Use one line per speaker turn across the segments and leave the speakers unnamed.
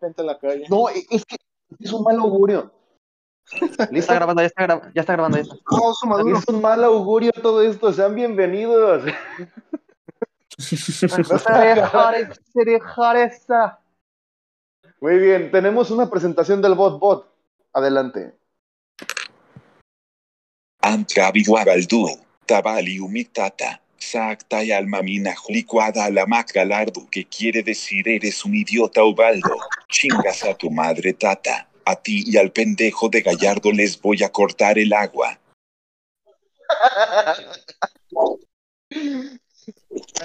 gente en la calle.
No, e, es que es un mal augurio.
Ya está grabando, ya está, grabando, ya está grabando. Ya está.
No, su maduro.
Es un mal augurio todo esto. Sean bienvenidos. Muy bien, tenemos una presentación del bot bot. Adelante.
Antrabihuabaldu, Tabaliumitata, Sactay almamina licuada la macgalardu, que quiere decir eres un idiota Ubaldo, chingas a tu madre tata, a ti y al pendejo de Gallardo les voy a cortar el agua.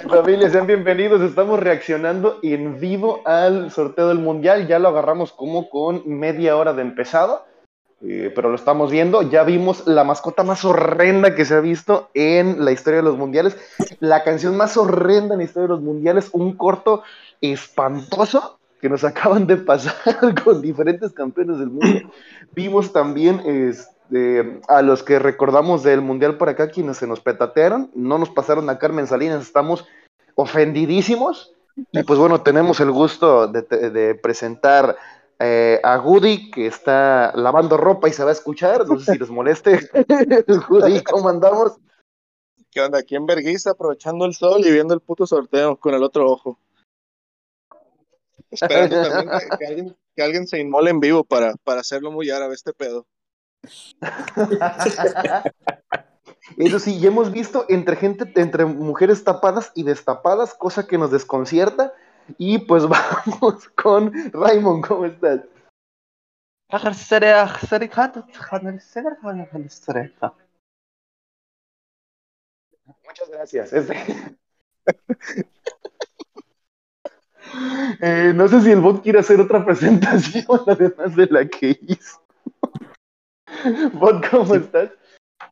Familia, sean bienvenidos. Estamos reaccionando en vivo al sorteo del mundial. Ya lo agarramos como con media hora de empezado, eh, pero lo estamos viendo. Ya vimos la mascota más horrenda que se ha visto en la historia de los mundiales, la canción más horrenda en la historia de los mundiales, un corto espantoso que nos acaban de pasar con diferentes campeones del mundo. Vimos también este, de- a los que recordamos del Mundial por acá, quienes se nos petatearon, no nos pasaron a Carmen Salinas, estamos ofendidísimos. Y pues bueno, tenemos el gusto de, te- de presentar eh, a Goody, que está lavando ropa y se va a escuchar, no sé si les moleste. Goody, ¿cómo andamos?
¿Qué onda? Aquí en Berguisa, aprovechando el sol y viendo el puto sorteo con el otro ojo. Esperando también que, que alguien, que alguien se inmole en vivo para, para hacerlo muy árabe este pedo.
Eso sí, ya hemos visto entre gente, entre mujeres tapadas y destapadas, cosa que nos desconcierta. Y pues vamos con Raymond, ¿cómo estás? Muchas gracias. Este- Eh, no sé si el bot quiere hacer otra presentación además de la que hizo. bot, ¿cómo estás?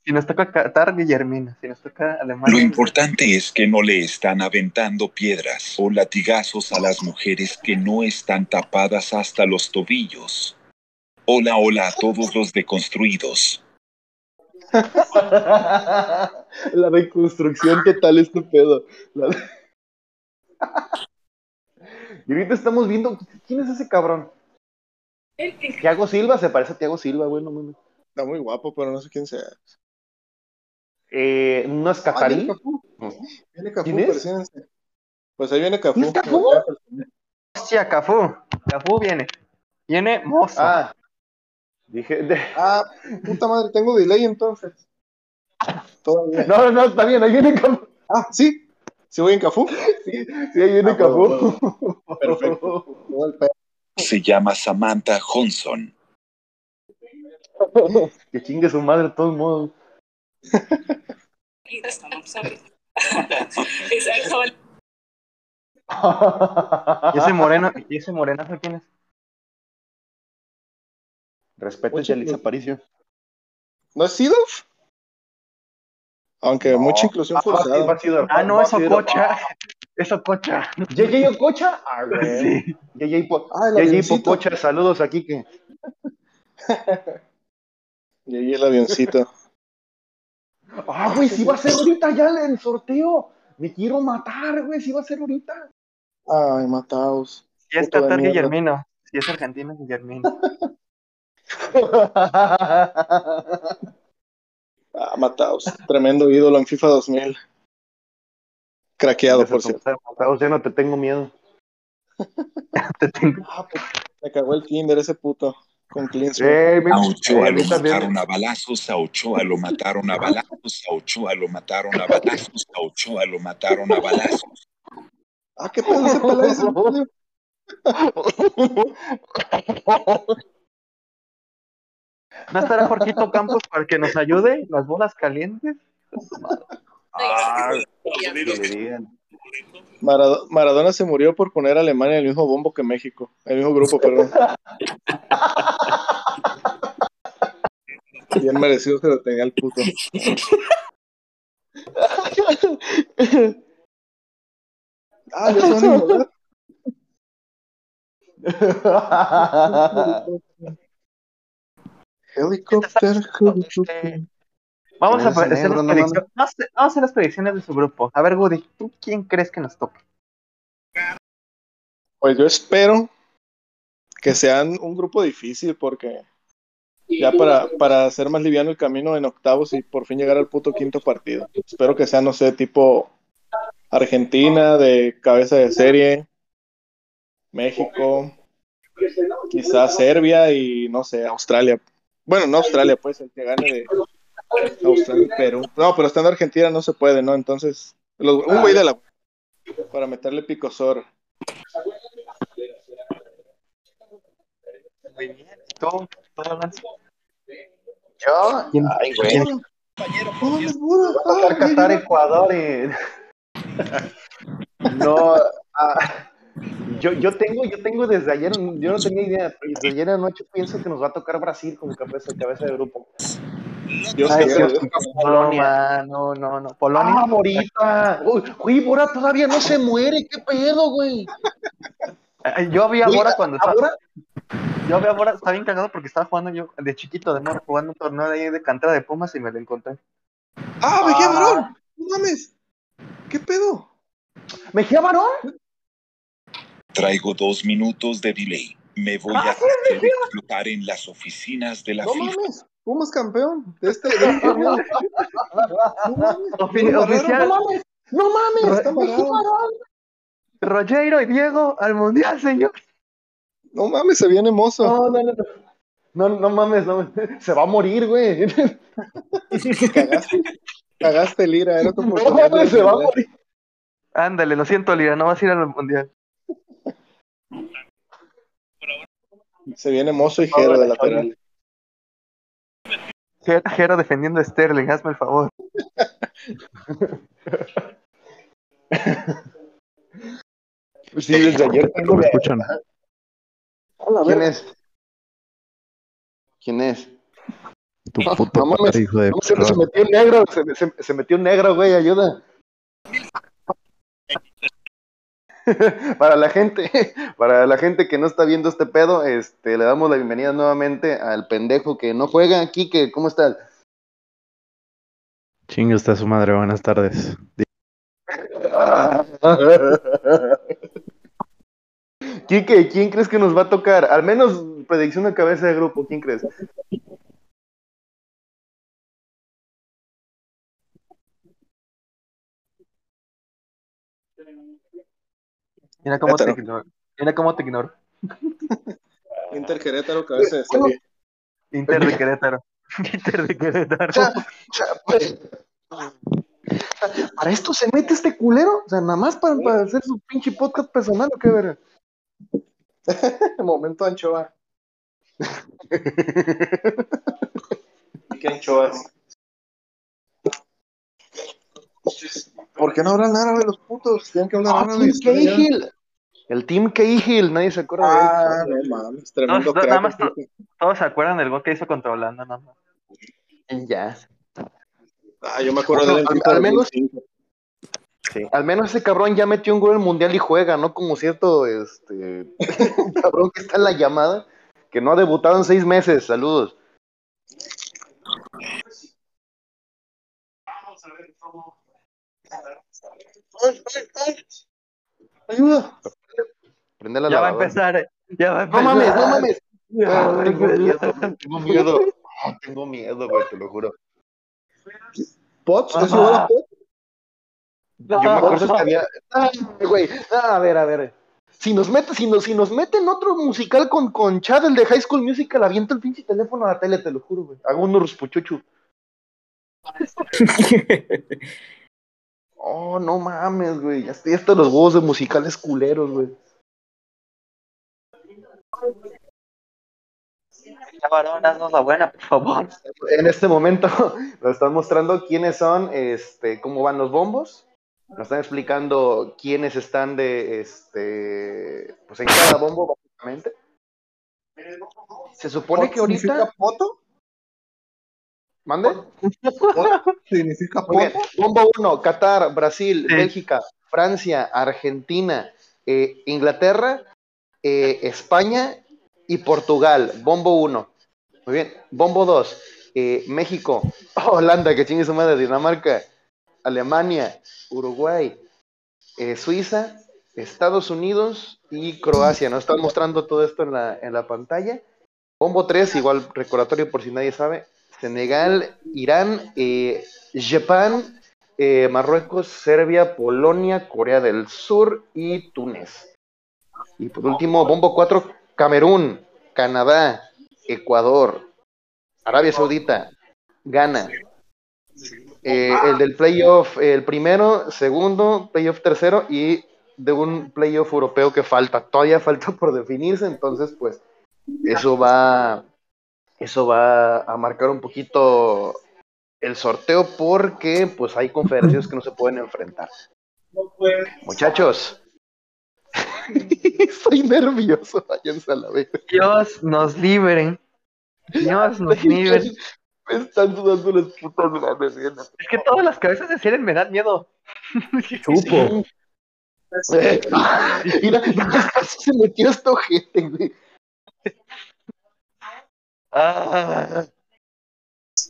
Si nos toca Qatar, Guillermina. Si nos toca Alemania.
Lo importante es que no le están aventando piedras o latigazos a las mujeres que no están tapadas hasta los tobillos. Hola, hola a todos los deconstruidos.
La reconstrucción total es tu pedo. La- Y ahorita estamos viendo. ¿Quién es ese cabrón? Tiago Silva, se parece a Tiago Silva, güey, no mames.
Está muy guapo, pero no sé quién sea.
Eh, ¿No es
Ahí
catarí?
Viene Cafú. Viene Cafú,
¿Quién es?
persínense. Pues ahí viene Cafú. pues,
¿Es Cafú?
Hostia, Cafú. Cafú viene. Viene mozo.
Ah, dije. de-
Ah, puta madre, tengo delay entonces. Todavía.
No, no, no, está bien, ahí viene Cafú.
Ah, sí. Sí voy en Cafú. Sí,
Sí, ahí viene
Ah,
Cafú.
Perfecto. todo el pedo.
Se llama Samantha Johnson.
Que chingue su madre de todos modos.
Es el sol.
Y ese moreno, y ese morenazo, ¿quién es?
Respeto
Mucho
a Yalitza
tiempo.
Aparicio.
¿No es Sidolf? Aunque mucha inclusión
Ah,
forzada.
va a ser-
Ah, no,
va a
es
ser-
Ococha. Es Ococha.
¿JJ Ococha? Ah, güey.
Sí.
JJ Po-
Ah, el
JJ
avioncito.
Pococha, saludos aquí que.
Y ahí el avioncito.
Ah, güey, si va a ser ahorita ya el sorteo. Me quiero matar, güey, si va a ser ahorita.
Ay, mataos.
Si es
Puto de
Qatar,
mierda.
Guillermino. Si es Argentina, Guillermino.
Ah, mataos. Tremendo ídolo en FIFA 2000. Craqueado, por cierto.
O sea, no te tengo miedo.
Te tengo-
Ah, pues, me cagó el Tinder ese puto. Con Klinsmann.
Eh, mira,
A Ochoa
eh,
lo
ahorita viene-
mataron a balazos, a Ochoa lo mataron a balazos, a Ochoa lo mataron a balazos, a Ochoa lo mataron a balazos.
Ah, qué pedo ese pelado. ese pelado?
¿No estará Jorquito Campos para que nos ayude? ¿Las bolas calientes?
que le digan.
Marado- Maradona se murió por poner a Alemania en el mismo bombo que México. El mismo grupo, perdón. Bien merecido se lo tenía el puto. Ah, ya se van a inmolar. Helicóptero.
Vamos a
Ese
hacer las
negro, no
predicciones. Vamos a- vamos a hacer las predicciones de su grupo. A ver, Woody, ¿tú quién crees que nos toque?
Pues yo espero que sean un grupo difícil porque ya para, para hacer más liviano el camino en octavos y por fin llegar al puto quinto partido. Espero que sea, no sé, tipo Argentina de cabeza de serie, México, quizás Serbia y no sé, Australia. Bueno, no Australia, pues el que gane de Australia, Perú. No, pero estando Argentina no se puede, ¿no? Entonces, los- un güey de la para meterle picosor.
Muy bien. ¿Tú? ¿Tú, Alanzo?
Yo,
¿Quién-
ay, güey.
quién-
Va a tocar Qatar, Ecuador. eh. No, ah, yo, yo tengo, yo tengo desde ayer, yo no tenía idea, pero desde ayer anoche pienso que nos va a tocar Brasil como cabeza, cabeza de grupo.
Dios
Ay,
que
Dios.
se-
No, man, no, no, no. Polonia.
Ah, Morita. Uy, güey, Bora todavía no se muere, qué pedo, güey.
Eh, Yo vi a
Güey,
Bora cuando estaba,
Ahora,
yo vi a Bora, estaba bien cagado porque estaba jugando yo de chiquito de morro, jugando un torneo de ahí de cantera de Pumas y me lo encontré.
¡Ah, Mejía Barón! ¡No mames! ¿Qué pedo?
Mejía Barón,
Traigo dos minutos de delay. Me voy a hacer explotar en las oficinas de la
¡No
FIFA.
mames! ¡Pumas campeón! De este de este torneo. ¡No mames!
Ofi-
No,
oficial,
no,
no mames,
Está
Mejía
morado.
Barón.
Rogero y Diego al mundial, señor.
No mames, se viene mozo.
No, no, no, no. No, no mames, no, se va a morir, güey.
Cagaste. Cagaste Lira, era tu
No
oportunidad.
mames,
de
se va a
brillar.
morir.
Ándale, lo siento, Lira, no vas a ir al mundial.
Se viene mozo y Jero de lateral.
Jero, Jero defendiendo a Sterling, hazme el favor.
Sí, desde ayer tengo
me escuchan.
¿Quién es? ¿Quién es?
Tu
No,
puto
no mames,
padre, hijo de
No, se,
perra.
se metió un negro, se, se- se metió un negro, güey, ayuda. Para la gente, para la gente que no está viendo este pedo, este, le damos la bienvenida nuevamente al pendejo que no juega aquí, que ¿cómo está?
Chingue está su madre, buenas tardes.
Quique, ¿quién crees que nos va a tocar? Al menos predicción de cabeza de grupo, ¿quién crees?
Mira cómo te
Hétero.
ignoro. Mira cómo te ignoro.
Inter Querétaro, cabeza de serie.
Inter de Querétaro. Inter de Querétaro.
O sea, pues, para esto se mete este culero, o sea, nada más para, para hacer su pinche podcast personal, ¿o qué ver?
Momento Anchoa. ¿Qué anchoas? ¿Por qué no hablan árabe los putos? Tienen que
Ah,
hablar árabe.
Team Cahill. El Team Cahill, nadie se acuerda
Ah,
de él.
no mames, tremendo
No, no, nada
crack.
más to- Todos se acuerdan del gol que hizo contra Holanda, nada más.
Y ya.
Ah, yo me acuerdo
Bueno,
de él en
al-
FIFA
al menos-
2005.
Al menos ese cabrón ya metió un gol en el mundial y juega, ¿no? Como cierto, este. cabrón que está en la llamada, que no ha debutado en seis meses. Saludos. Ayuda. Prende la
Ya va a
lavadora.
empezar, eh. ya va a
No
empezar.
mames, no mames.
Ya,
Ah, tengo miedo, güey, tengo miedo. Ah, tengo miedo, güey, te lo juro.
¿Pots? ¿Es igual a Pots?
Yo me acuerdo que había. Ah, güey. Ah, a ver, a ver. Si nos mete, si nos, si nos meten otro musical con, con Chad, el de High School Musical, avienta el pinche teléfono a la tele, te lo juro, güey. Hago un ruspuchuchu. Oh, no mames, güey. Ya estoy hasta los huevos de musicales culeros, güey.
Ya, varón, haznos la buena, por favor.
En este momento nos están mostrando quiénes son, este, cómo van los bombos. Nos están explicando quiénes están de este, pues en cada bombo básicamente. Se supone que ahorita,
¿Significa poto?
mande.
¿Significa
Muy bien.
poto?
Bombo 1, Qatar, Brasil,
Sí.
Bélgica, Francia, Argentina, eh, Inglaterra, eh, España y Portugal. Bombo 1. Muy bien. Bombo 2, México, Holanda, que chingue su madre, Dinamarca, Alemania, Uruguay, eh, Suiza Estados Unidos y Croacia. Nos están mostrando todo esto en la, en la pantalla. Combo 3, igual recordatorio por si nadie sabe. Senegal, Irán, eh, Japón, eh, Marruecos, Serbia, Polonia, Corea del Sur y Túnez. Y por último, Bombo 4, Camerún, Canadá, Ecuador, Arabia Saudita, Ghana. Eh, el del playoff, eh, el primero, segundo, playoff tercero y de un playoff europeo que falta, todavía falta por definirse, entonces pues eso va, eso va a marcar un poquito el sorteo porque pues hay conferencias que no se pueden enfrentar. Muchachos, estoy nervioso, váyanse a la vez.
Dios nos libre. Dios nos libre.
Me están sudando las putas manos.
Es que todas las cabezas de Siren me dan miedo.
Chupo. Mira, casi se metió esta ojete, güey.
Ah,
Es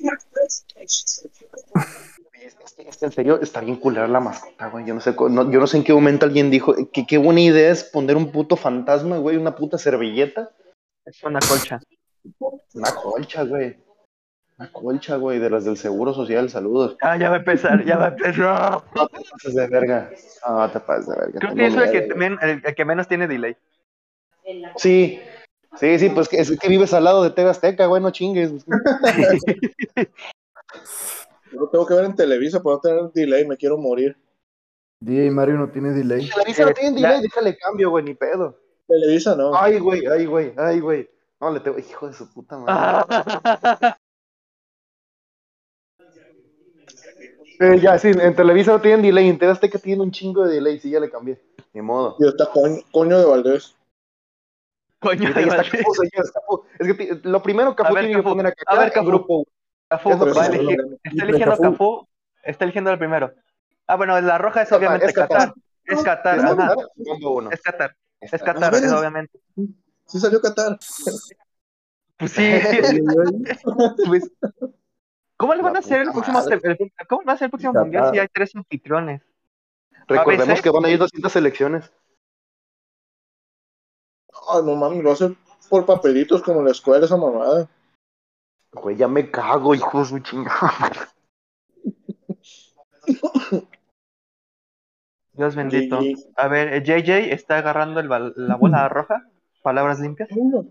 que, es que, en serio, está bien cular la mascota, güey. Yo no sé, cu- no- yo no sé en qué momento alguien dijo que qué buena idea es poner un puto fantasma, güey, una puta servilleta.
es una colcha.
Una colcha, güey. Una colcha, güey, de las del Seguro Social. Saludos.
Ah, ya va a empezar, ya va a empezar.
No te pases de verga. No te pases de verga.
Creo
tengo
que es el
miedo,
que,
güey.
men- el- el que menos tiene delay.
Sí. Sí, sí, pues que, es que vives al lado de TV Azteca, güey, no chingues.
Lo tengo que ver en Televisa para no tener delay, me quiero morir.
DJ Mario no tiene delay.
Televisa no tiene
Ya.
delay, déjale cambio, güey, ni pedo.
Televisa no.
Ay, güey, ay, güey, ay, güey. No, le tengo, hijo de su puta madre.
Ah.
Eh, ya, sí, en Televisa no tienen delay, en TV Azteca tienen un chingo de delay, sí, ya le cambié. Ni modo.
Y está coño, coño de Valdés.
Coño,
Ahí está
vale.
Capu, señor, Capu. Es que ti- lo primero
A
Capu
ver,
tiene que
Capu,
poner acá.
a ver, Capu.
grupo.
Cafú
Ya te
va a
presento,
elegir- Está eligiendo
Cafú.
Cafú. Está eligiendo el primero. Ah, bueno, la roja es
Qatar,
obviamente
es Qatar.
Qatar. Es Qatar,
Es
ajá.
Qatar.
Pongo uno.
Es Qatar. Es
Está.
Qatar,
Ajá.
obviamente.
Sí salió Qatar.
Pues sí. Pues, ¿Cómo le van a
La
hacer el
puta
próximo,
madre.
el- cómo va a ser el próximo
Qatar.
mundial si hay tres anfitriones?
Recordemos
ABC.
que van a ir 200 elecciones.
Ay, Ah, no mames, lo hacen por papelitos como en la escuela esa mamada.
Güey, ya me cago, hijo de su chingada.
Dios bendito.
Y-
A ver, eh, JJ está agarrando el bal- la bola roja. Palabras limpias.
Uno.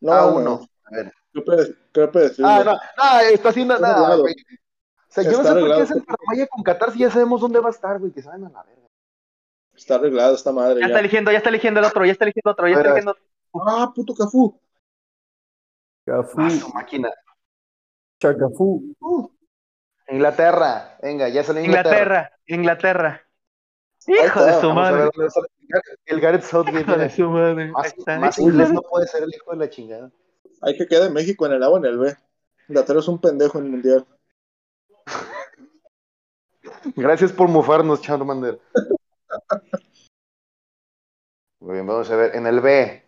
No,
Ah,
uno.
uno.
Creo que- creo que decirlo.
Ah, no, no, está haciendo
Está
nada,
arreglado.
güey. O sea, yo no
Está
sé por qué
arreglado.
hacen Paraguay con Qatar si ya sabemos dónde va a estar, güey, que saben a la verga.
Está arreglada esta madre.
Ya está
Ya.
eligiendo, ya está eligiendo el otro, ya está eligiendo otro, ya está
Espera.
eligiendo otro.
Ah, puto Cafú.
Cafú,
Ah, su máquina. Uh.
Chacafú.
Inglaterra, venga, ya salió Inglaterra.
Inglaterra, Inglaterra.
Ahí
Hijo de
está,
su
Vamos a ver
madre.
dónde está El Gareth Southgate.
Hijo de
mira.
su madre. Ahí
Más,
está.
más inglés no puede ser el hijo de la chingada.
Hay que quedar en México en el A o en el B. Inglaterra es un pendejo en el mundial.
Gracias por mofarnos, Charmander. Muy bien, vamos a ver. En el B.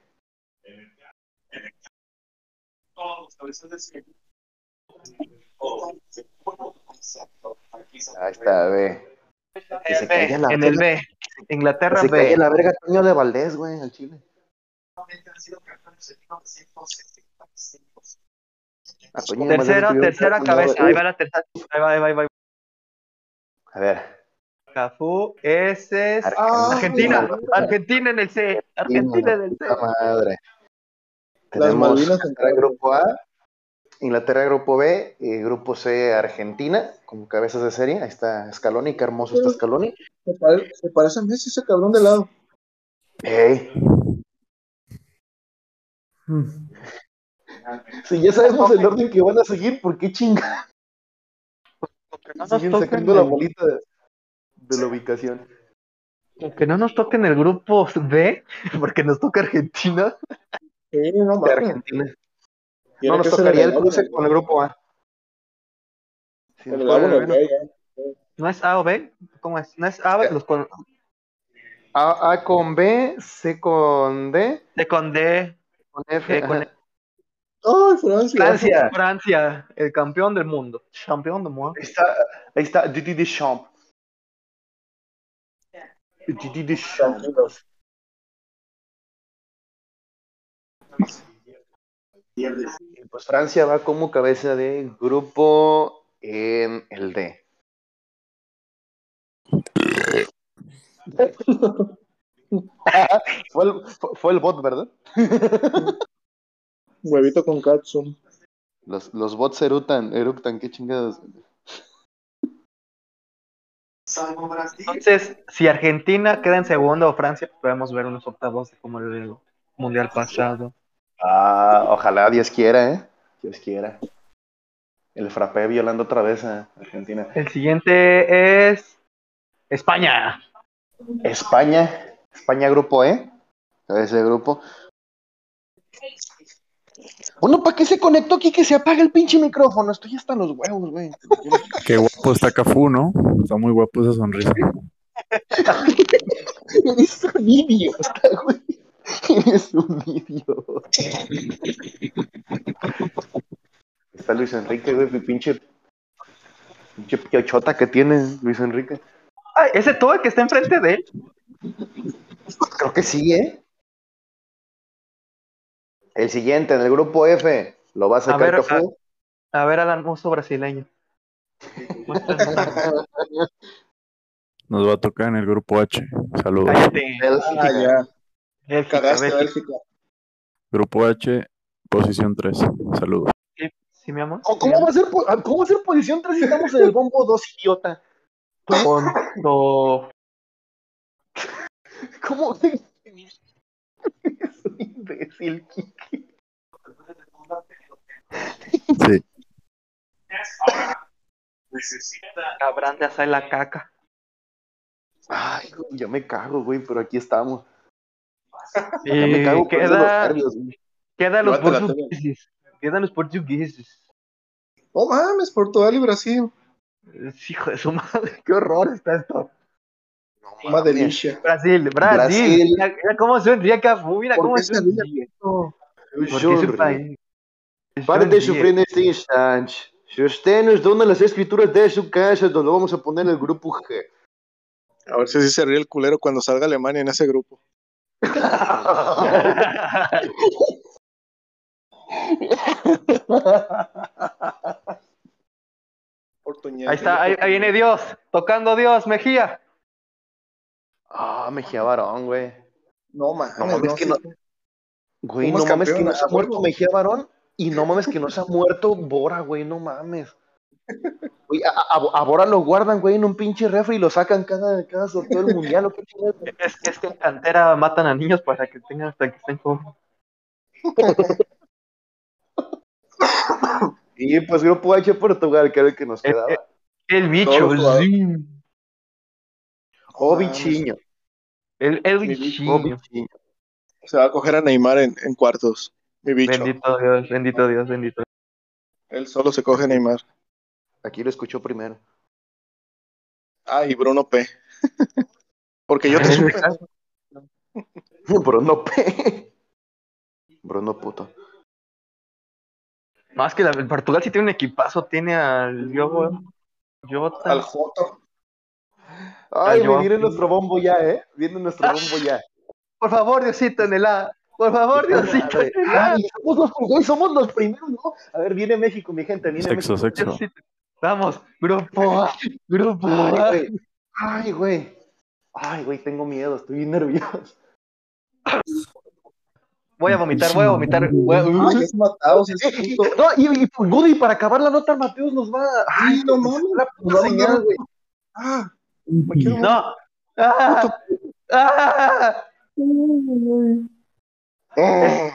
Ahí está, B. Que se caiga la
en el
verga.
B. Inglaterra
Se cae
B.
la verga Toño de Valdés, güey, al Chile. A Toño de Valdés le
Tercero,
tuvieron que
tercera
haber apuñado,
cabeza.
güey.
Ahí va la tercera. Ahí va, ahí va, ahí va.
A ver.
Cafú, ese es. Ah, Argentina.
Argentina.
Argentina en el C. Argentina en el C.
Puta madre.
Las
Tenemos
Malvinas en
Inglaterra, grupo A, Inglaterra, grupo B, y grupo C, Argentina, como cabezas de serie. Ahí está Scaloni, qué hermoso está Scaloni.
Se, pare- se parece a Messi ese cabrón de lado.
Ey. Si Mm. ya sabemos el orden que van a seguir, ¿por qué chinga?
No nos
Siguen
toquen
sacando la
el-
bolita de, de la ubicación.
Como que no nos toquen el grupo D, porque nos toca Argentina.
Sí, no
De
mames.
Argentina.
Tiene
No nos
que ser
tocaría el
A o
cruce con el grupo A. Si
En
nos
el A o en
fuera,
el
bueno,
B, ya.
¿No es A o B? ¿Cómo es? ¿No es A? B? Los con,
A, A con B, C con D,
de con D.
con F.
Eh, con
ajá.
Ay, Francia.
Francia.
Francia, el campeón del mundo. Campeón del mundo.
Ahí está, ahí está Didi Deschamps. GG Show. Y Pues Francia va como cabeza de grupo en el D. fue, el, fue- fue el bot, ¿verdad?
Huevito con Katsum.
Los, los bots eructan, eructan, qué chingados.
Entonces, si Argentina queda en segundo o Francia, podemos ver unos octavos de como el mundial pasado.
Ah, ojalá Dios quiera, ¿eh? Dios quiera. El frappé violando otra vez a Argentina.
El siguiente es España.
España, España grupo E, cabeza de grupo. Bueno, ¿para qué se conectó aquí que se apaga el pinche micrófono? Estoy hasta los huevos, güey.
Qué guapo está Cafú, ¿no? Está muy guapo esa sonrisa.
Eres un idiota, güey. Eres un idiota. Está Luis Enrique, güey, mi pinche. Pinche piochota que tiene Luis Enrique.
Ay, ese todo el que está enfrente de él.
Creo que sí, ¿eh? El siguiente, en el grupo F, lo va a sacar
ver,
Cafú.
A ver al almuerzo brasileño. Muéstranos algo.
Nos va a tocar en el grupo H. Saludos.
Cállate.
ah,
Bélgica.
Bélgica,
Cagaste,
Bélgica.
Bélgica.
Grupo H, posición 3. Saludos.
¿Sí, mi amor?
¿Cómo- ¿Cómo va, a ser, po- ah, ¿Cómo va a ser posición 3 si estamos en el bombo 2, idiota?
Tonto.
¿Cómo? Eres un imbécil.
Sí.
Cabrón de hacer la caca.
Ay, güey, yo me cago, güey, pero aquí estamos. Ya me
Y
cago por eso los
Eh, queda,
nervios, güey.
quedan los
Llévatela,
portugueses. Quedan los portugueses.
Oh, mames, Portugal y Brasil.
Es Hijo de su madre.
Qué horror.
Está esto.
Una delicia.
Brasil, Brasil.
Brasil.
Mira, mira cómo sonríe Cafú. Mira
¿Por
cómo
qué
sonríe.
sonríe?
Porque es un país.
Para de
Sonríe.
sufrir neste instante. Si usted nos dona las escrituras de su casa, nos lo vamos a poner en el grupo G.
A ver si así se ríe el culero cuando salga Alemania en ese grupo.
Ah,
Ahí está, ahí, ahí viene Dios. Tocando Dios, Mejía.
Ah, Mejía Barón, güey.
No, mames.
Ah, No mames,
no,
que
sí.
no- Güey,
Pumas
no mames que
campeón,
no se ha
a
muerto
huevo.
Mejía Barón y no mames que no se ha muerto Bora, güey, no mames. Güey, a, a- a Bora lo guardan, güey, en un pinche refri y lo sacan cada, cada sorteo del mundial. ¿o qué chingados?
Es, es que en cantera matan a niños para que tengan hasta que estén jóvenes.
y pues Grupo H Portugal, que era el que nos quedaba.
Eh, El bicho,
Todos jugados.
sí.
o
mames.
Oh, Bichiño,
El, el
Mi bicho,
o
bichillo.
Bichiño.
Se va a coger a Neymar en, en cuartos. Mi bicho.
Bendito Dios, bendito Dios, bendito
Él solo se coge a Neymar.
Aquí lo escuchó primero.
Ah, y Bruno P. Porque yo te
Dios.
supe.
Bruno P. Bruno puto.
Más que la, el Portugal sí tiene un equipazo, tiene al Diogo Jota.
Al Joto.
Ay,
Ay,
güey,
yo-
viene nuestro bombo ya, ¿eh? Viene nuestro bombo ya.
Por favor, Diosito, en el A. Por favor, Diosito.
Madre.
en el A.
Ay, somos los, güey, somos los primeros, ¿no? A ver, viene México, mi gente, viene
Sexo,
México.
sexo.
Diosito. Vamos, grupo A, grupo
Ay,
A.
güey. Ay, güey. Ay, güey, tengo miedo, estoy bien nervioso.
Voy a vomitar, voy a vomitar. voy a-
Ay, eh, es matados ese puto.
No, y, y pues, Goody, para acabar la nota, Mateus nos va a.
Ay, no mames.
La
Nos va a mandar
señal,
un-
güey.
Ah,
No. Ah, ah.
eh,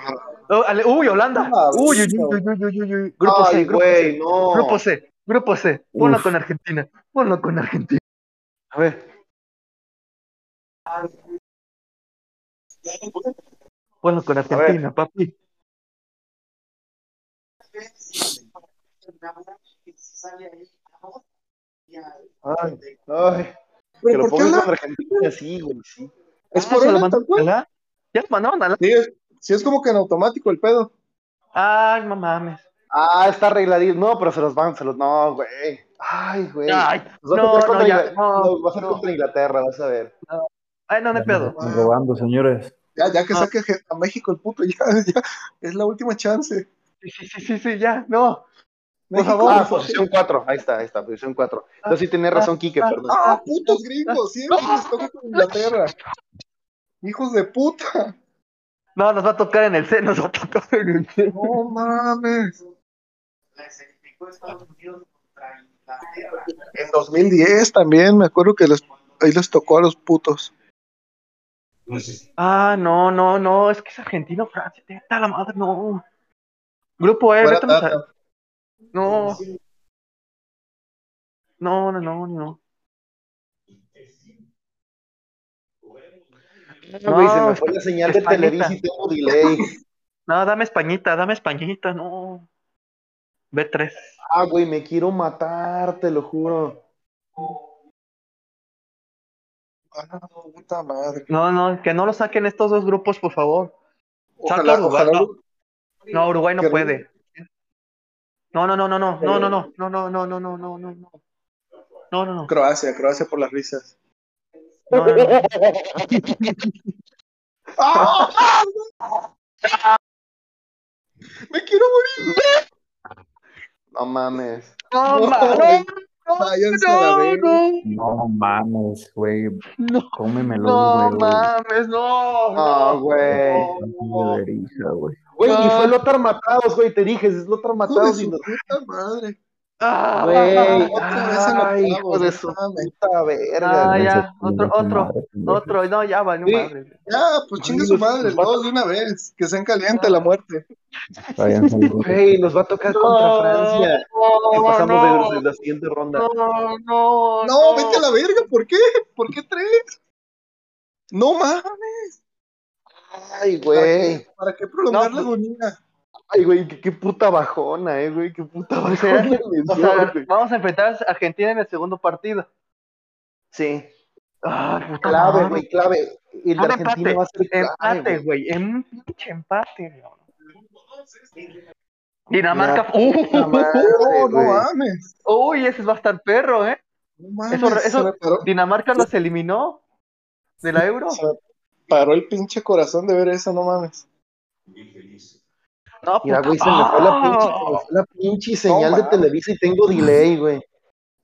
Oh, ale- uy, Holanda. Uy, uy, uy, uy, uy, uy, uy. Grupo
Ay,
C, grupo C.
güey, no.
Grupo C, grupo C. Ponlo con Argentina. Ponlo con Argentina.
A ver.
Ponlo con Argentina, papi.
Ay, ay. Que
¿Pero
lo
por qué
pongan con
habla?
Argentina así, güey, sí.
Es
Ah,
por
se lo
él,
mandaron
tal cual.
a la- Ya lo mandaron a la.
Sí, es, sí, es como que en automático el pedo.
Ay, no mames.
Ah, está arregladito. No, pero se los van, se los. No, güey. Ay, güey.
Ay,
Nos va a
no,
tocar
no,
contra
ya,
Ingla-
no,
no, va a ser contra Inglaterra, vas a ver.
Ay, no, no hay pedo.
Están robando, señores.
Ya, ya que
Ah.
saque a México el puto, ya, ya, es la última chance.
Sí, sí, sí, sí, sí, ya, no. Por
México,
favor.
por
Ah,
favor.
posición 4. Ahí está, ahí está, posición 4. Entonces sí tenía razón, Quique,
ah,
perdón.
Ah, putos gringos, siempre les toca con Inglaterra. Hijos de puta.
No, nos va a tocar en el C, nos va a tocar en el C.
No mames. En 2010 también, me acuerdo que les, ahí les tocó a los putos.
Ah, no, no, no, es que es Argentina, o Francia, te da la madre, no. Grupo E,
Fuera
vete a-
Tata.
No. No, no, no, no.
No, güey, se me
no,
fue la señal de
Españita.
Televisa y tengo delay.
No, dame españita, dame españita, no. B3.
Ah, güey, me quiero matar, te lo juro.
Ah, puta madre.
No, no, que no lo saquen estos dos grupos, por favor.
Ojalá,
Saca Uruguay,
ojalá.
no. No, Uruguay no
Que-
puede. No, no, no, no, no, no, no, no, no, no, no, no, no, no, no, no. No, no, no.
Croacia, Croacia por las risas.
No, no, no.
¡Ah! ¡Me quiero morir!
No mames.
No,
No,
ma- no,
güey.
no,
Váyanse a la
no,
verga.
no,
No mames, güey.
no,
Cómemelo,
no,
güey.
mames, no,
No, Ah, güey.
Cómeme de verija, güey.
Güey, ni
No.
fue Lothar Matados, güey, te dije, es
Hijo
Lothar
de
Matados y
su
no.
puta madre.
Ah,
Güey, Ah,
Otra vez en
ay,
octavos,
hijo de
no
su
mames.
puta verga.
Ah,
güey.
ya, otro, otro,
otro.
Otro, no, ya valió
Sí.
madre.
Ya, pues chingue su madre, todos de una vez. Que sean caliente la muerte.
Güey, nos va a tocar contra Francia. Y
No,
pasamos de-
no,
de la siguiente ronda.
no, no,
No, vete a la verga, ¿por qué? ¿Por qué tres? No mames.
Ay, güey.
¿Para qué prolongar la
No, pues-
agonía?
Ay, güey, qué, qué puta bajona, eh, güey, qué puta
O
bajona.
sea,
le
O
dio,
sea,
güey.
vamos a enfrentar a Argentina en el segundo partido.
sí,
Ah, puta
clave,
madre.
güey, clave. El de
Un
Argentina
empate,
va a ser clave,
Empate,
güey.
güey, en un pinche empate, cabrón. Dinamarca, uh,
puta madre,
No, no
güey.
mames.
uy, ese va a estar perro, ¿eh?
No mames.
Eso- eso-
Se me paró,
Dinamarca los eliminó de la Euro.
se me paró el pinche corazón de ver eso, no mames.
No,
Mira,
puta
güey, se me fue la pinche,
madre.
se me fue la pinche señal de
mames.
Televisa y tengo delay, güey.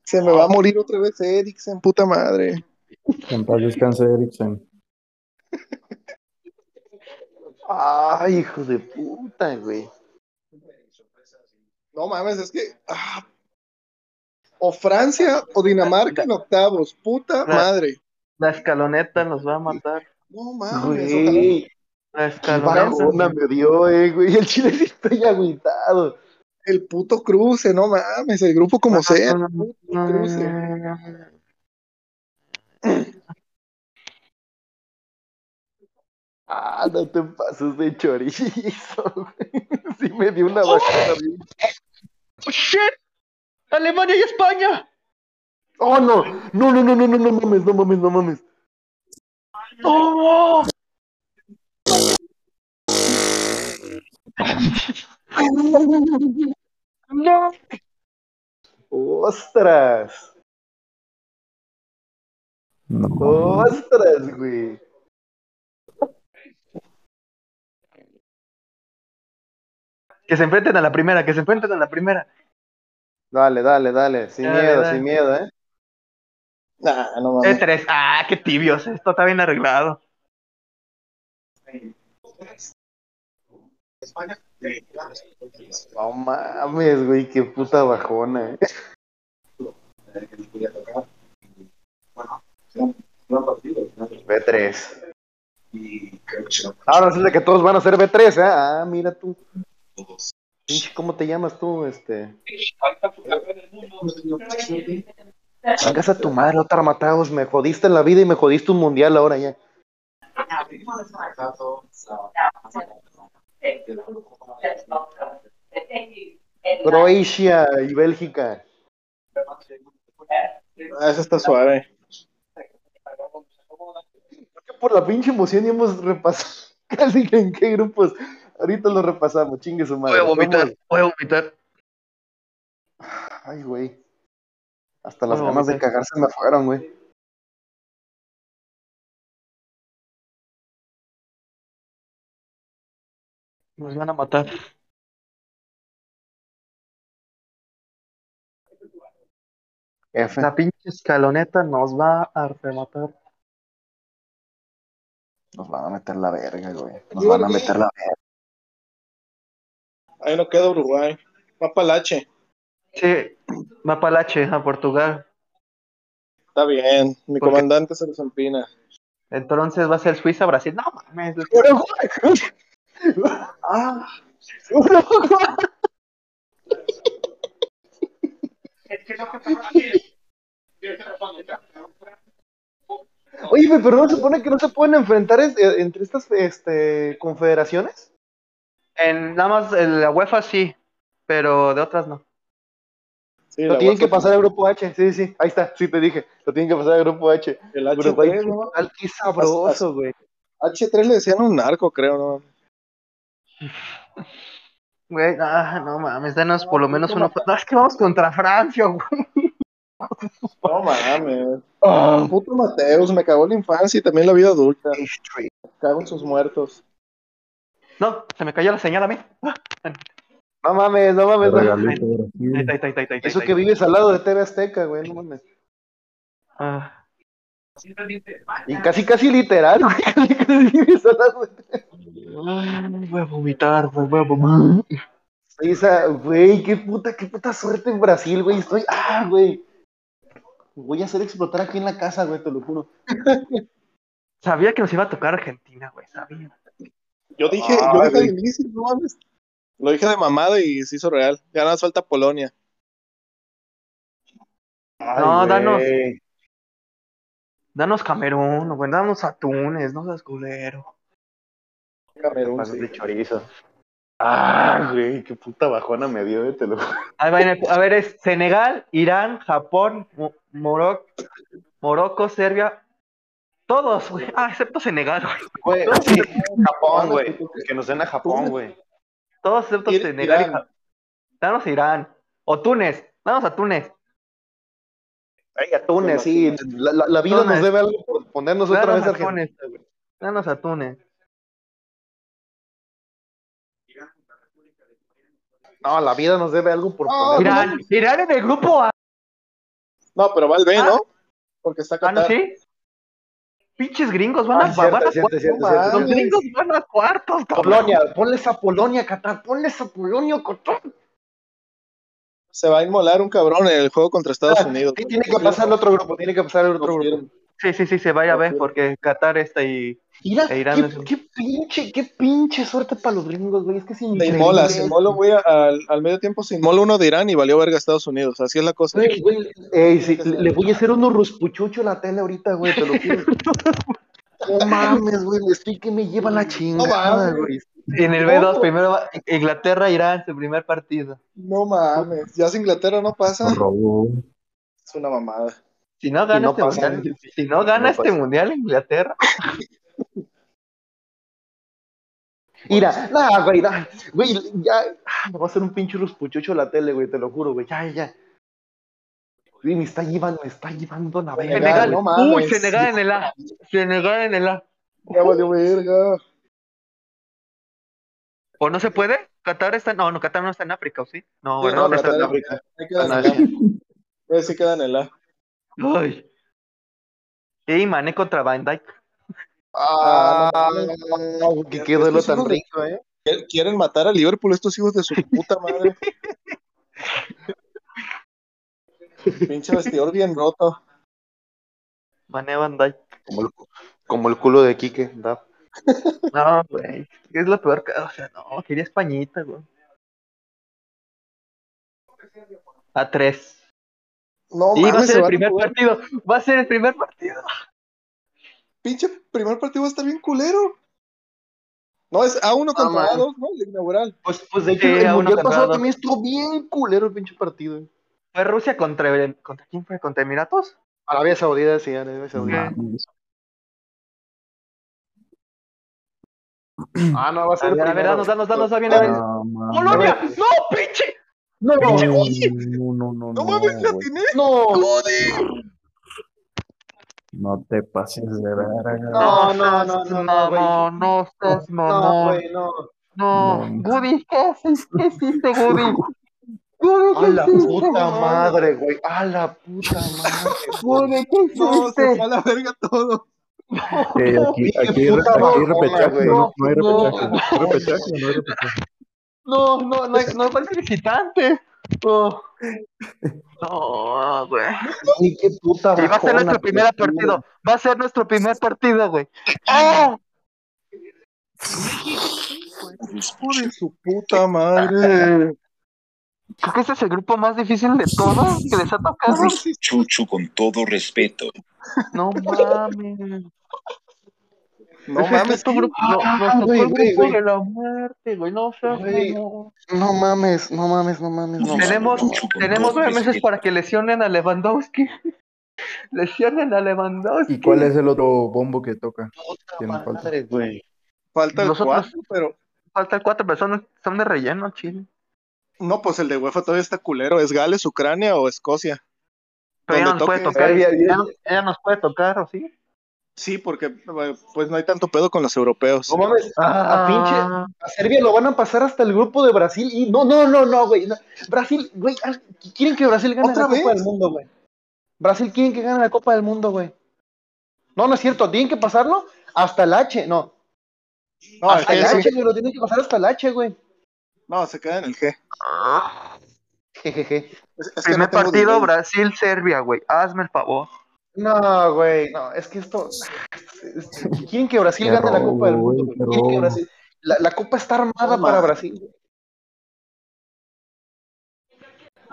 Se me va a morir otra vez Eriksen, puta madre.
En paz descanse, Eriksen.
Ay, hijo de puta, güey.
No mames, es que. ah. O Francia o Dinamarca en octavos, puta
La-
madre.
La escaloneta nos va a matar.
No mames. ojalá-
Güey,
La
qué
escaloneta.
bajona me dio, eh, güey. El chile sí estoy agüitado.
El puto cruce, no mames, el grupo como sea.
Ah, No,
el puto
no, no,
cruce.
no, no, no, no.
Ah, no te pases de chorizo, güey. Sí me dio una bajona, güey.
¡Oh, shit! Alemania y España.
Oh, no, no, no, no, no, no, no mames, no mames, no mames.
¡No! ¡No!
Ostras,
No, mames.
ostras, güey.
Que se enfrenten a la primera, que se enfrenten a la primera.
Dale, dale, dale, sin
Dale,
miedo,
dale.
sin miedo, eh.
Nah, no mames.
E3. ¡Ah, qué tibios! Esto está bien arreglado.
No mames, güey, qué puta bajona. eh. B3. Ahora resulta que todos van a ser B3, ¿eh? Ah, mira tú. Pinche, ¿cómo te llamas tú, este? Chingas a tu madre, otra matados. Me jodiste en la vida y me jodiste un mundial ahora ya. Croacia y Bélgica.
Ah, eso está suave.
Creo que por la pinche emoción ya hemos repasado casi que en qué grupos. Ahorita lo repasamos, chingue su madre. Vamos.
voy a vomitar.
Ay, güey. Hasta las
Voy a
ganas de
vomitar.
cagar se me fueron, güey.
Nos van a matar.
F.
La pinche escaloneta nos va a rematar.
Nos van a meter la verga, güey. Nos
Yo
van a
aquí.
meter la verga.
Ahí no queda Uruguay. Papalache.
Sí, Mapalache a Portugal.
Está bien. Mi
¿Por qué?
comandante se los empina.
Entonces va a ser Suiza, Brasil. No mames. Ah,
Oye, güey, pero no se supone que no se pueden enfrentar es- eh, entre estas este, confederaciones.
en, nada más en la UEFA sí, pero de otras no.
Sí,
Lo
la
tienen
UEFA
que pasar al grupo H. Sí, sí, ahí está. Sí, te dije. Lo tienen que pasar al grupo H.
El H3,
Uruguay,
¿no?
Al- Qué sabroso, güey.
H3 le decían un narco, creo, ¿no?
Güey, ah, no mames, denos por lo menos uno. No, es que vamos contra Francia, güey.
No mames.
Ah.
Puto Mateus, me cagó la infancia y también la vida adulta. Cago en sus muertos.
No, se me cayó la señal a mí.
No mames, no mames. no mames.
Regalito,
Ahí
Brasil.
está, ahí está, ahí está, ahí
Eso
está, ahí
que
está.
vives al lado de TV Azteca, güey. No mames.
Ah,
Ah,
Y casi, casi literal, güey. Casi, casi vives al lado de
Ay, voy a vomitar, güey, voy a vomitar.
Esa, güey, qué puta, qué puta suerte en Brasil, güey. Estoy, ah, güey. Voy a hacer explotar aquí en la casa, güey, te lo juro.
Sabía que nos iba a tocar Argentina, güey, sabía.
Yo dije, yo dije al inicio, no mames. Lo dije de mamada y se hizo real. Ya nada más falta Polonia.
No,
güey.
danos. Danos Camerún, güey, danos a Túnez, no seas culero.
Camerún,
Pasas
sí.
de chorizo. Ah, güey, qué puta bajona me dio, güey, te lo juro.
Ahí va en el- A ver, es Senegal, Irán, Japón, Mo- Moro- Morocco, Serbia. Todos, güey. Ah, excepto Senegal, güey.
Güey,
Todos,
sí,
excepto-
Japón, güey. Que nos den a Japón, güey.
todos excepto
Ir-
Senegal y
Irán.
Japón. Danos a Irán. O Túnez. Danos a Túnez.
Ay, a Túnez, sí. La, la- la vida
Túnez.
nos debe algo por ponernos otra
Danos
vez
a
Argentina.
Túnez. Danos a Túnez.
No, la vida nos debe algo por
No,
ponernos.
Irán. Irán en el grupo A.
No, pero va al B,
Ah.
¿no? Porque está
Ah, ¿no
Qatar.
sí? Pinches gringos van
Ah,
a,
cierto,
van a
cierto,
cuartos.
cierto, Ah,
man.
cierto.
Los gringos van a cuartos, cabrón.
Polonia, ponles a Polonia, Qatar, ponles a Polonia, Qatar.
Se va a inmolar un cabrón en el juego contra Estados Unidos.
Ah, Sí, tiene que pasar el otro grupo, tiene que pasar el otro grupo.
Sí, sí, sí, se vaya a ver
Ok.
porque Qatar está y
Mira,
E Irán es
qué,
un-
qué pinche, qué pinche suerte para los gringos, güey. Es que es
Se
increíble.
inmola, se inmola, güey, al, al medio tiempo se inmola uno de Irán y valió verga a Estados Unidos. Así es la cosa.
Güey, güey, ey, sí, le le voy a hacer unos ruspuchucho a la tele ahorita, güey, te lo juro. No mames, güey, estoy que me lleva la chingada,
mames.
güey.
en el B2 primero va Inglaterra Irán su primer partido.
No mames, ya si Inglaterra no pasa,
Nos robó.
es una mamada.
Si no gana
no
este
pasa.
mundial, si no gana
No
este
pasa.
mundial Inglaterra,
Mira, nah, güey, nah, güey, ya, ah, me va a hacer un pinche ruspuchucho a la tele, güey, te lo juro, güey, ya, ya, ya. Güey, me está llevando, me está llevando la verga.
Senegal,
no mames.
uy, Senegal en el A, Senegal en el A.
Ya valió verga.
¿O no se puede? Qatar está no, no Qatar no está en África, ¿o sí? No,
Sí,
bueno,
no,
no está en
Qatar.
África.
Ahí queda en el A. Güey, sí queda en el A.
Ay. Y Mané contra Van Dijk.
Ah,
no,
que quedó lo
Estos
tan
hijos de-
rico, eh.
Quier- Quieren matar a Liverpool estos hijos de su puta madre. Pinche vestidor bien roto.
Mané Van Dijk.
Como el, como el culo de Quique, da
No, güey. Es la peor. ca- O sea, no, quería Españita, güey. A tres.
No
y va a
mames, se
ser el
va a
primer
jugar.
partido. Va a ser el primer partido.
Pinche primer partido va a estar bien culero. No, es A1 contra
mames.
A2, ¿no? El inaugural.
Pues, pues de hecho,
Sí,
el
a uno
mundial
contra
pasado
dos.
también estuvo bien culero el pinche partido. eh.
Fue Rusia contra. ¿Contra quién fue? ¿Contra Emiratos?
Arabia Saudita, sí, Arabia
No
Saudita.
mames.
Ah, no, va a
A
ser el
ver, a ver,
primero.
danos, danos, danos. Ya viene.
Dale.
No mames.
¡Polonia! ¡No, pinche!
No,
No,
no,
no, no, no,
No mames, la
güey.
tiene.
Oh,
no,
No te pases de verga.
No, no, no, no, no,
no, no, no, seas
no,
mamón.
güey, no.
No,
No.
Woody, ¿qué haces? ¿Qué hiciste, Woody? Woody,
A
¿qué
la
hiciste?
puta madre, güey. A la puta madre.
Woody, ¿qué
No, se
hiciste?
fue a la verga todo.
Eh, aquí,
Qué
aquí,
puta
aquí hay
mamona,
repechaje,
güey.
¿no? No hay
No,
repechaje. No hay repechaje, no hay repechaje.
No, no, no, hay- no parece visitante. No, no, güey.
Güey, qué puta
Y va a ser
bajona,
nuestro primer
güey.
partido. Va a ser nuestro primer partido, güey. ¡Ah!
Hijo de su puta madre.
Creo que este es el grupo más difícil de todos que les ha tocado.
Chuchu con todo respeto.
No mames.
No
Ese
mames.
es tu grupo. No,
Ah,
nos tocó
güey,
el
güey,
grupo
güey.
de la muerte, güey. No seas
Güey.
mamón.
No mames, no mames, no mames, no mames.
Tenemos-
Chuchu con
Tenemos
todo
nueve meses
respeto.
para que lesionen a Lewandowski. Lesionen a Lewandowski.
¿Y cuál es el otro bombo que toca? ¿Quién
Puta
falta?
madre, güey.
Falta el
Nosotros-
cuatro, pero.
Faltan cuatro personas. Son de relleno, chile.
No, pues el de UEFA todavía está culero. ¿Es Gales, Ucrania o Escocia?
Pero ya
Donde
nos puede
toque-
tocar.
Ella- ella-
Ya, ya nos puede tocar, ¿o sí?
Sí, porque eh, pues no hay tanto pedo con los europeos.
No mames, a, a pinche
Ah,
a Serbia lo van a pasar hasta el grupo de Brasil y no, no, no, no, güey. no. Brasil, güey, ah, quieren que Brasil gane
¿Otra
la Copa
vez?
del Mundo, güey. Brasil quieren que gane la Copa del Mundo, güey. No, no es cierto, tienen que pasarlo hasta el H, no.
No,
Ah,
el
hasta el
G, sí.
H, güey, lo tienen que pasar hasta el H, güey.
No, se queda en el G.
ah.
Jejeje.
Es- es que
Primer
no tengo
partido,
dinero.
Brasil-Serbia, güey. Hazme el favor.
No, güey, no, es que esto. es- es- Quieren que Brasil
Qué
gane la
robo,
Copa del Mundo,
güey,
güey.
qué
Quieren que
robo.
Brasil. La, la Copa está armada
No,
para
ma.
Brasil. güey.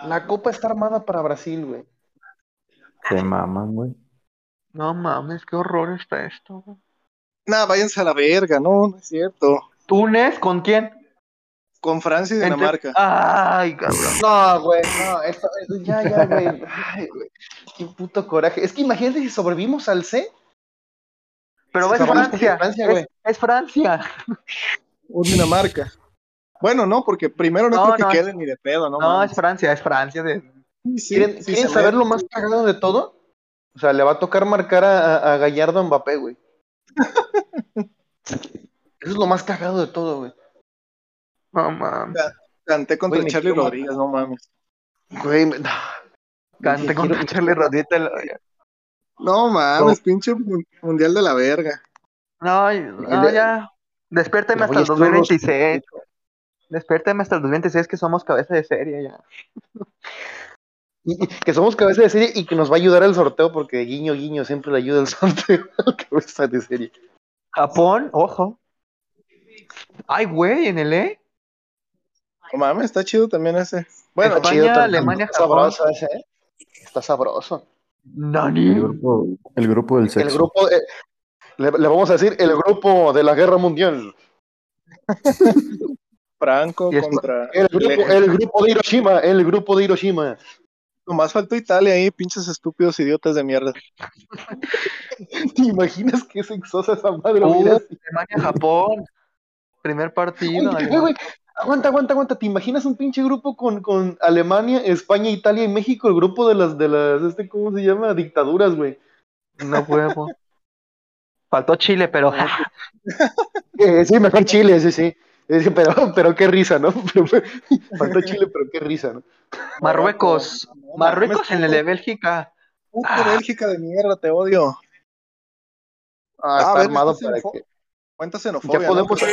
La Copa está armada para Brasil, güey.
Se maman, güey.
No mames, qué horror está esto. güey.
Nah, váyanse a la verga, no, no es cierto.
¿Túnez con quién?
Con Francia y
Entre-
Dinamarca.
Ay, cabrón.
No, güey, no, esto, ya, ya, güey. Ay, güey, Qué puto coraje. Es que imagínate si sobrevivimos al C.
Pero
Se
es
acabó la
Francia.
Francia,
es,
güey.
es Francia.
O Dinamarca. Bueno, no, porque primero no,
No,
creo que
no.
queden ni de pedo, ¿no?
No,
mames.
es Francia, es Francia. de-
Sí, sí,
¿Quieren,
sí
quieren
se
saber
ve.
lo más cagado de todo? O sea, le va a tocar marcar a, a- a Gallardo a Mbappé, güey. Eso es lo más cagado de todo, güey.
No mames.
Canté contra
Güey,
Charlie
quiero-
Rodríguez, no mames.
Güey, me-
Cante con
Quiero-
Charlie Rodríguez.
No mames, pinche mun- mundial de la verga.
No, no, ya. Despiérteme
Le voy
hasta
a
el
estar
2026. Despiérteme hasta el 2026 que somos cabeza de serie ya.
Y- y- que somos cabeza de serie y que nos va a ayudar el sorteo porque guiño, guiño, siempre le ayuda el sorteo al cabeza de serie.
Japón, ojo. Ay, güey, en el E.
No mames, está chido también ese. Bueno,
Está
España,
chido también.
Alemania,
Está
Japón.
sabroso ese, ¿eh? Está sabroso.
El
Nani.
grupo, el grupo del
El
sexo.
grupo, eh, le, le vamos a decir el grupo de la guerra mundial.
Franco
Y es-
contra.
El grupo,
Leje.
el grupo de Hiroshima, el grupo de Hiroshima.
Nomás faltó Italia ahí, pinches estúpidos idiotas de mierda.
¿Te imaginas qué sexosa esa madre?
Uh,
Mira,
Alemania, Japón. Primer
güey,
partido.
güey, güey, Aguanta, aguanta, aguanta. ¿Te imaginas un pinche grupo con, con Alemania, España, Italia y México? El grupo de las, de las, este, ¿cómo se llama? Dictaduras, güey.
No huevo. Faltó Chile, pero.
Eh, sí, mejor Chile, sí, sí. Eh, sí, Pero, pero qué risa, ¿no? Pero, faltó Chile, pero qué risa, ¿no?
Marruecos.
No, mames,
Marruecos en el de Bélgica.
Puto Bélgica de mierda, te odio.
Ah,
a
está
ver,
armado
este es
para
info-
que.
Cuenta xenofobia.
Ya podemos.
¿no?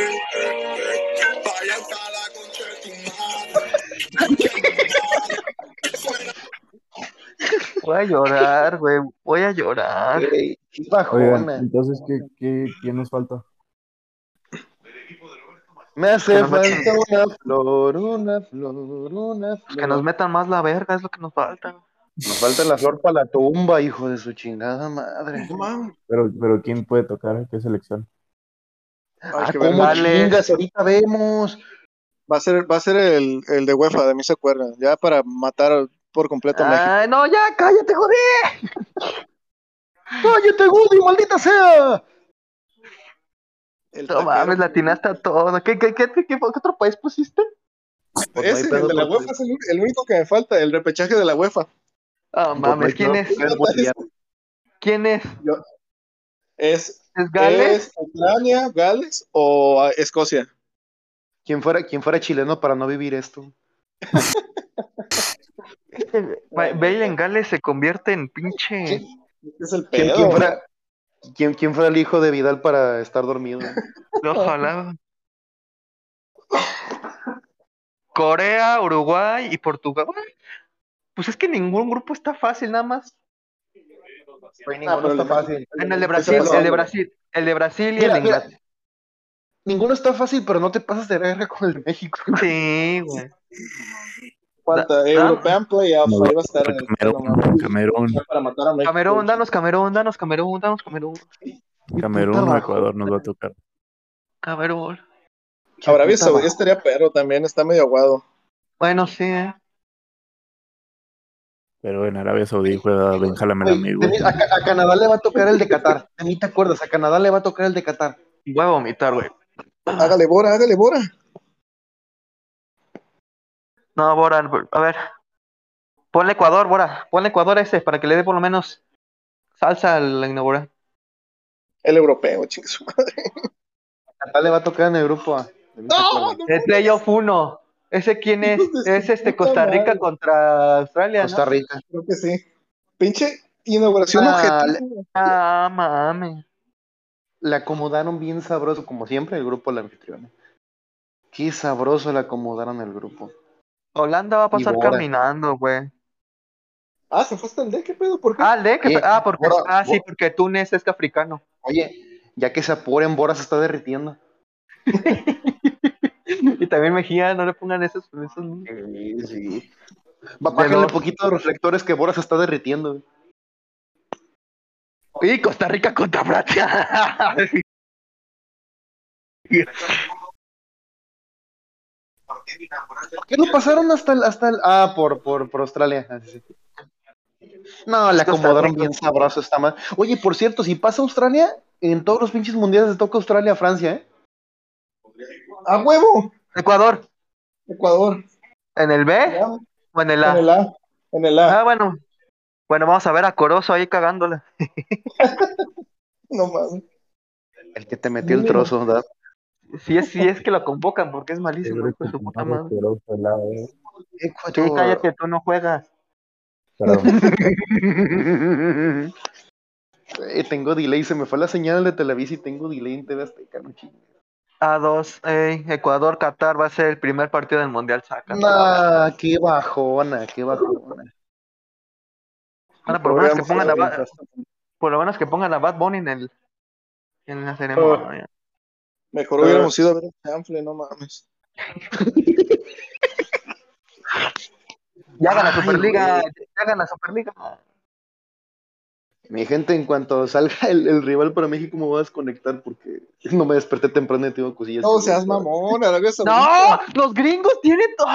Voy a llorar, güey. Voy a llorar.
Ey, qué
Oigan,
bajona.
entonces, ¿qué, qué, quién nos falta?
Me hace
Que nos metan-
falta una flor, una flor, una flor.
Que nos metan más la verga, es lo que nos falta.
Nos falta la flor para la tumba, hijo de su chingada madre. Ah,
No mames.
Pero, pero ¿quién puede tocar? ¿Qué selección?
Hay
Ah,
que ver,
¿cómo
va-
Vale.
chingas? Ahorita vemos.
va a ser, va a ser el, el de UEFA, de mí se acuerdan. Ya para matar por completo a México.
Ay, no, ya, cállate, joder.
¡Cállate, Goody, maldita sea!
El
No mames, latinaste a todo. ¿Qué, qué, qué, qué, qué otro país pusiste?
Pues
Ese, el de la UEFA es el, el único que me falta, el repechaje de la UEFA.
Ah, mames, ¿quién es? ¿Quién es?
Es,
¿Es Gales?
¿Es Ucrania, Gales o ah, Escocia?
Quien fuera, quien fuera chileno para no vivir esto.
Ba- Bale en Gales se convierte en pinche.
Sí. Ese es el
¿Quién,
pedo.
quién fuera, quién- quién fuera el hijo de Vidal para estar dormido?
Ojalá. Corea, Uruguay y Portugal. Bueno, Pues es que ningún grupo está fácil, nada más.
Ah, pero
ninguno pues está
el-
fácil.
En el de Brasil,
pasando.
el de Brasil, el de Brasil y
Mira,
el de
mira.
Inglaterra.
Ninguno está fácil, pero no te pasas de verga con el de México.
Sí, güey.
Falta
Da-
European Playoff,
Ah. No,
ahí va a estar el
Camerún, Camerún,
Ya para matar a México.
Camerún, danos Camerún, danos Camerún, danos Camerún,
Camerún o Ecuador nos va a tocar.
Camerún.
Arabia
Puta madre.
Saudita estaría perro también, está medio aguado.
Bueno, sí, eh.
Pero en Arabia Saudí juega Benjamín
Güey,
Amigo.
Denis, a, Ca- a Canadá le va a tocar el de Qatar. De mí te acuerdas, a Canadá le va a tocar el de Qatar.
Voy a vomitar, güey.
Hágale bora, hágale bora.
No, Bora, a ver. Ponle Ecuador, Bora. Ponle Ecuador a ese para que le dé por lo menos salsa a la inauguración.
El europeo, chingue su madre.
A Qatar le va a tocar en el grupo A. De mí te
No,
acuerdas.
no,
Es playoff 1. ¿Ese quién es?
Hijos de su
Es este
puta
Costa Rica
madre.
contra Australia.
Costa
¿no?
Rica.
creo que sí. Pinche inauguración
Ah,
objetiva.
Ah, mame.
Le acomodaron bien sabroso, como siempre, el grupo al anfitrión. Qué sabroso le acomodaron el grupo.
Holanda va a pasar
Bora.
caminando, güey.
Ah, se fue hasta el D, ¿qué pedo? ¿Por qué?
Ah, le, que-
Eh,
ah, porque,
Bora,
ah, sí,
Bora.
porque Túnez es africano.
Oye, ya que se apuren, Bora se está derritiendo.
Y también Mejía, no le pongan esos. esos-
Sí, sí. Ba-
De
Bájenle
los-
poquito de reflectores que Bora se está derritiendo. güey.
Y Costa Rica contra Francia.
¿Por qué no pasaron hasta el, hasta el ah por por, por Australia? Ah, sí, sí. No, le acomodaron bien sabroso esta madre. Oye, por cierto, si pasa Australia, en todos los pinches mundiales le toca Australia a Francia, ¿eh?
¡A huevo!
Ecuador,
Ecuador.
¿en el B
Ya,
o en el
En
A?
el A. En el A.
Eh, Ah, bueno. Bueno, vamos a ver a Corozo ahí cagándola.
No mames.
El que te metió el trozo, ¿verdad?
Si es, si es que lo convocan, porque es malísimo,
Seguro
hijo
que
de tu puta
madre,
madre.
pero fue la, eh,
Sí, cállate, tú no juegas.
pero-
Eh, tengo delay, se me fue la señal de Televisa y tengo delay en TV Azteca, no chingues.
A2, ey, Ecuador, Qatar va a ser el primer partido del Mundial, saca.
Nah, qué bajona, qué bajona.
Ahora, por, lo menos que
Volvemos a la
pongan a Bad,
venta.
por lo menos que pongan a Bad Bunny en, el, en la ceremonia.
Mejor hubiéramos ido a ver el chanfle, no mames.
Ya gana
Ay,
Superliga,
güey.
ya gana Superliga.
Mi gente, en cuanto salga el, el rival para México, me voy a desconectar porque no me desperté temprano y tengo cosillas.
No
que-
seas mamón, Arabia
¡No!
Saudita.
¡Los gringos tienen todo!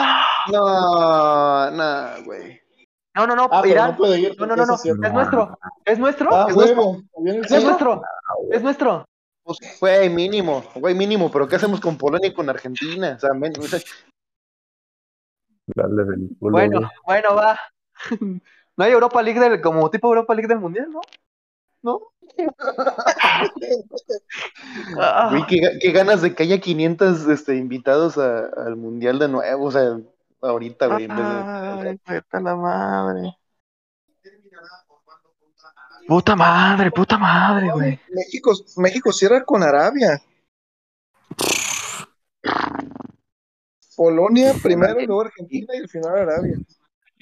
No, no, güey.
No, no, no,
Ah, pero
Irán.
no puede ir.
No, no, no, no,
porque eso sí-
es nuestro, es nuestro,
Ah,
es nuestro,
huevo. Ah, También el
es
Chivas.
nuestro, es nuestro.
Pues, güey, mínimo, güey, mínimo. Pero ¿qué hacemos con Polonia y con Argentina? O sea, men- o sea,
darle del culo,
Bueno,
güey.
bueno, va. No hay Europa League del, como tipo Europa League del Mundial, ¿no? ¿No? Ah,
güey, qué, ga- qué ganas de que haya 500 este, invitados a- al mundial de nuevo. O sea, ahorita, güey. en vez de-
ay, vete a la madre. Puta madre, puta madre, güey.
México, México cierra con Arabia. Polonia primero, luego Argentina y al final Arabia.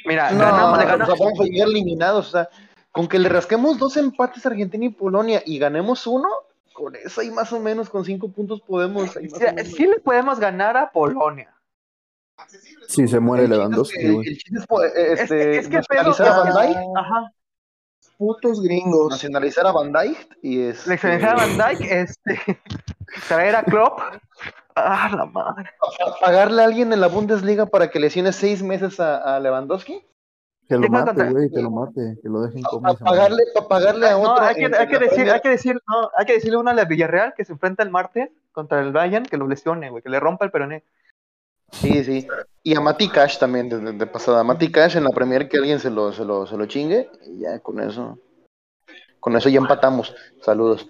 Mira,
No,
ganamos, le
o sea,
ganamos.
vamos a llegar eliminados. O sea, con que le rasquemos dos empates a Argentina y Polonia y ganemos uno, con eso ahí más o menos, con cinco puntos podemos. ahí más o
Sí,
menos.
sí le podemos ganar a Polonia.
Si se muere
El
Lewandowski,
chiste es que-
güey.
el chiste es, po- eh,
Es que-
este,
es que el pedo-
nacionalizar a Van Dijk,
Ajá.
Putos gringos.
nacionalizar a Van Dijk y es
Le extranjera Van Dyke, este. Traer a Klopp. Ah, la madre.
pagarle a alguien en la Bundesliga para que lesione seis meses a, a Lewandowski,
Que lo
Tengo
mate,
contra-
güey, que lo mate, que lo dejen
a
comer.
pagarle, a pagarle a
No,
otro.
hay que,
en-
hay
en
que
la
decir,
Premier.
hay que decir, no, hay que decirle una a la Villarreal que se enfrenta el martes contra el Bayern, que lo lesione, güey, que le rompa el peroné.
Sí, sí. Y a Mati Cash también, de, de- de pasada. A Mati Cash en la Premier que alguien se lo, se lo, se lo chingue. Y ya con eso. Con eso ya empatamos. Saludos.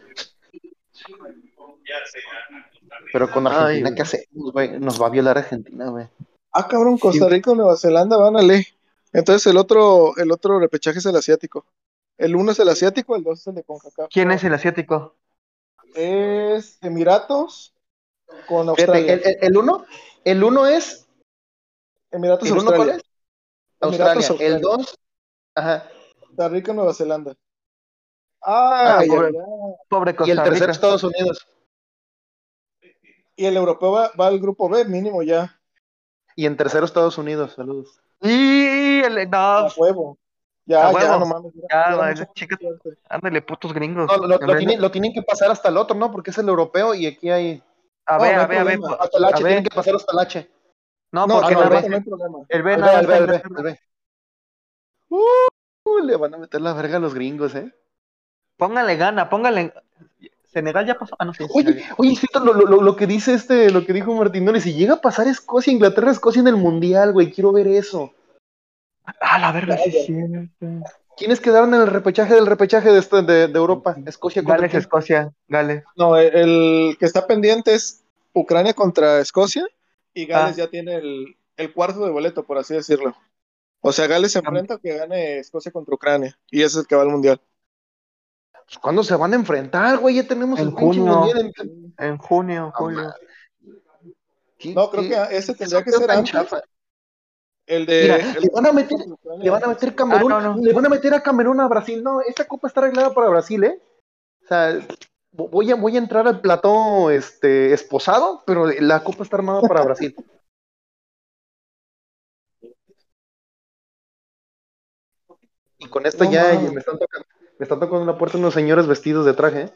Pero con
Ay,
Argentina,
güey.
¿qué hacemos, güey? Nos va a violar Argentina, güey.
Ah, cabrón, Costa Rica o Nueva Zelanda van a ley. Entonces el otro, el otro repechaje es el asiático. El uno es el asiático, el dos es el de CONCACAF.
¿Quién es el asiático?
Es Emiratos con
Fíjate,
Australia.
el, el- el uno, el uno es,
Emiratos
¿el uno cuál
Australia.
es? Australia.
Emiratos, Australia.
El dos, ajá.
Costa Rica, Nueva Zelanda. Ah,
Ah,
ya,
pobre.
ya.
Y
Pobre
el
Costa
tercero
Rica.
Estados Unidos.
Y el europeo va, va al grupo B, mínimo ya.
Y en tercero Estados Unidos, saludos.
Y el. No,
A huevo. Ya,
Ah. A
ya,
huevo.
no mames. Ya,
Ya,
ya
güey,
mucha
chica-
suerte.
ándale, putos gringos.
No, lo, lo-
En
lo
vez de-
tienen, lo tienen que pasar hasta el otro, ¿no? Porque es el europeo y aquí hay...
A
No,
ver,
no hay
a ver, a ver.
problema.
po-
Hasta el
A
H,
ver.
tienen que pasar hasta el H.
No,
No,
porque
al
no,
nada
no,
más.
Beto no hay problema.
El B
Al B,
nada
al B,
más.
al
está
B,
en-
al B. Uh, le van a meter la verga a los gringos, ¿eh?
Póngale gana, póngale. Senegal ya pasó. Ah, no, sí.
Oye, oye, cierto, lo, lo- lo- lo que dice este, lo que dijo Martín Nori, si llega a pasar Escocia, Inglaterra, Escocia en el Mundial, güey, quiero ver eso.
Ah, la verga, sí, es cierto.
¿Quiénes quedaron en el repechaje del repechaje de, este- de, de Europa? Escocia contra
Gales,
quién?
Escocia, Gales.
No, el, el que está pendiente es Ucrania contra Escocia y Gales
Ah.
ya tiene el, el cuarto de boleto, por así decirlo. O sea, Gales se enfrenta a que gane Escocia contra Ucrania y ese es el que va al mundial.
Pues, ¿Cuándo se van a enfrentar, güey? Ya tenemos
En
el pinche
junio.
Mundial. en-
En junio,
Ah,
julio.
¿Qué-
No, creo
qué-
que ese tendría
qué
que ser
tan
antes.
chafa?
El de.
Mira,
el-
le van a meter, le van a meter Camerún,
Ah, no, no.
le van a meter a Camerún a Brasil. No, esta copa está arreglada para Brasil, ¿eh? O sea, vo- voy a, voy a entrar al plató este, esposado, pero la copa está armada para Brasil. Y con esto
No
ya
mames.
me están, tocando, me están tocando la puerta unos señores vestidos de traje. ¿eh?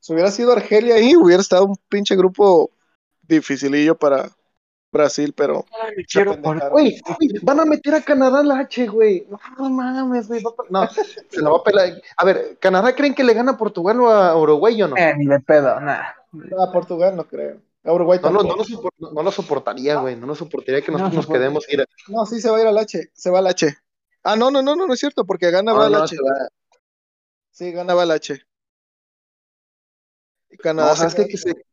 Si hubiera sido Argelia ahí, hubiera estado un pinche grupo dificilillo para Brasil, pero. se
quiero
apendejaron.
Güey, güey, van a meter a Canadá la H, güey. No no mames, güey. va a pe- No, se la va a pelar. A ver, ¿Canadá creen que le gana a Portugal o a Uruguay o no?
Eh, ni de pedo, nada.
A Ah, Portugal no creo. A Uruguay
No lo,
tampoco.
no lo sopor- no- no lo soportaría, güey. No lo soportaría que
No
nosotros nos
soporta.
quedemos. Mira,
No, sí se va a ir al H. Se va al H. Ah, no, no, no, no, no es cierto, porque gana va
no,
al
Ah, no,
H.
se va.
Sí, gana va al H. Y Canadá
No,
se
¿sabes
queda-
qué? Que se...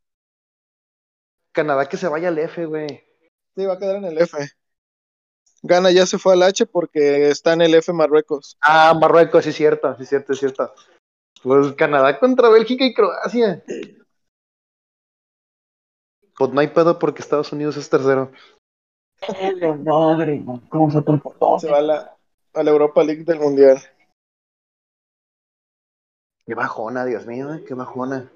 Canadá que se vaya al F, güey.
sí, va a quedar en el F. Gana ya se fue al H porque está en el F Marruecos.
Ah, Marruecos, sí, es cierto, sí, es cierto, sí, es cierto. Pues Canadá contra Bélgica y Croacia. Pues no hay pedo porque Estados Unidos es tercero.
madre, ¿cómo se
Se va a la, a la Europa League del Mundial.
Qué bajona, Dios mío, eh, qué bajona.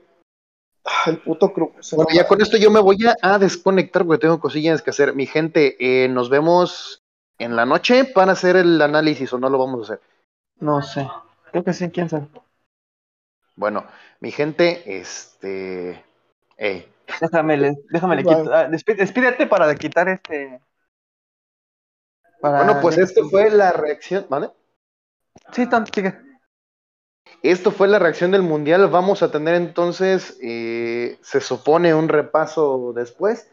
Ah, el puto club. Se
Bueno,
no
ya
va.
con esto yo me voy a, a desconectar porque tengo cosillas que hacer. Mi gente, eh, nos vemos en la noche para hacer el análisis o no lo vamos a hacer.
No sé. Creo que sí, quién sabe.
Bueno, mi gente, este. eh,
Déjame, le, déjame le
Bye.
quito. ah, despí- despídete para quitar este. para-
Bueno, pues esto fue la reacción, ¿vale?
Sí, tanto, sigue.
Esto fue la reacción del Mundial. Vamos a tener entonces, eh, se supone, un repaso después.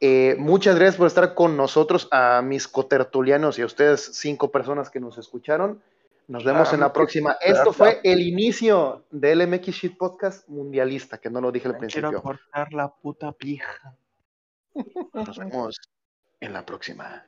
Eh, muchas gracias por estar con nosotros, a mis cotertulianos y a ustedes, cinco personas que nos escucharon. Nos vemos en la próxima. Esto fue el inicio del MX Shit Podcast Mundialista, que no lo dije al
Quiero
principio.
cortar la puta pija.
Nos vemos en la próxima.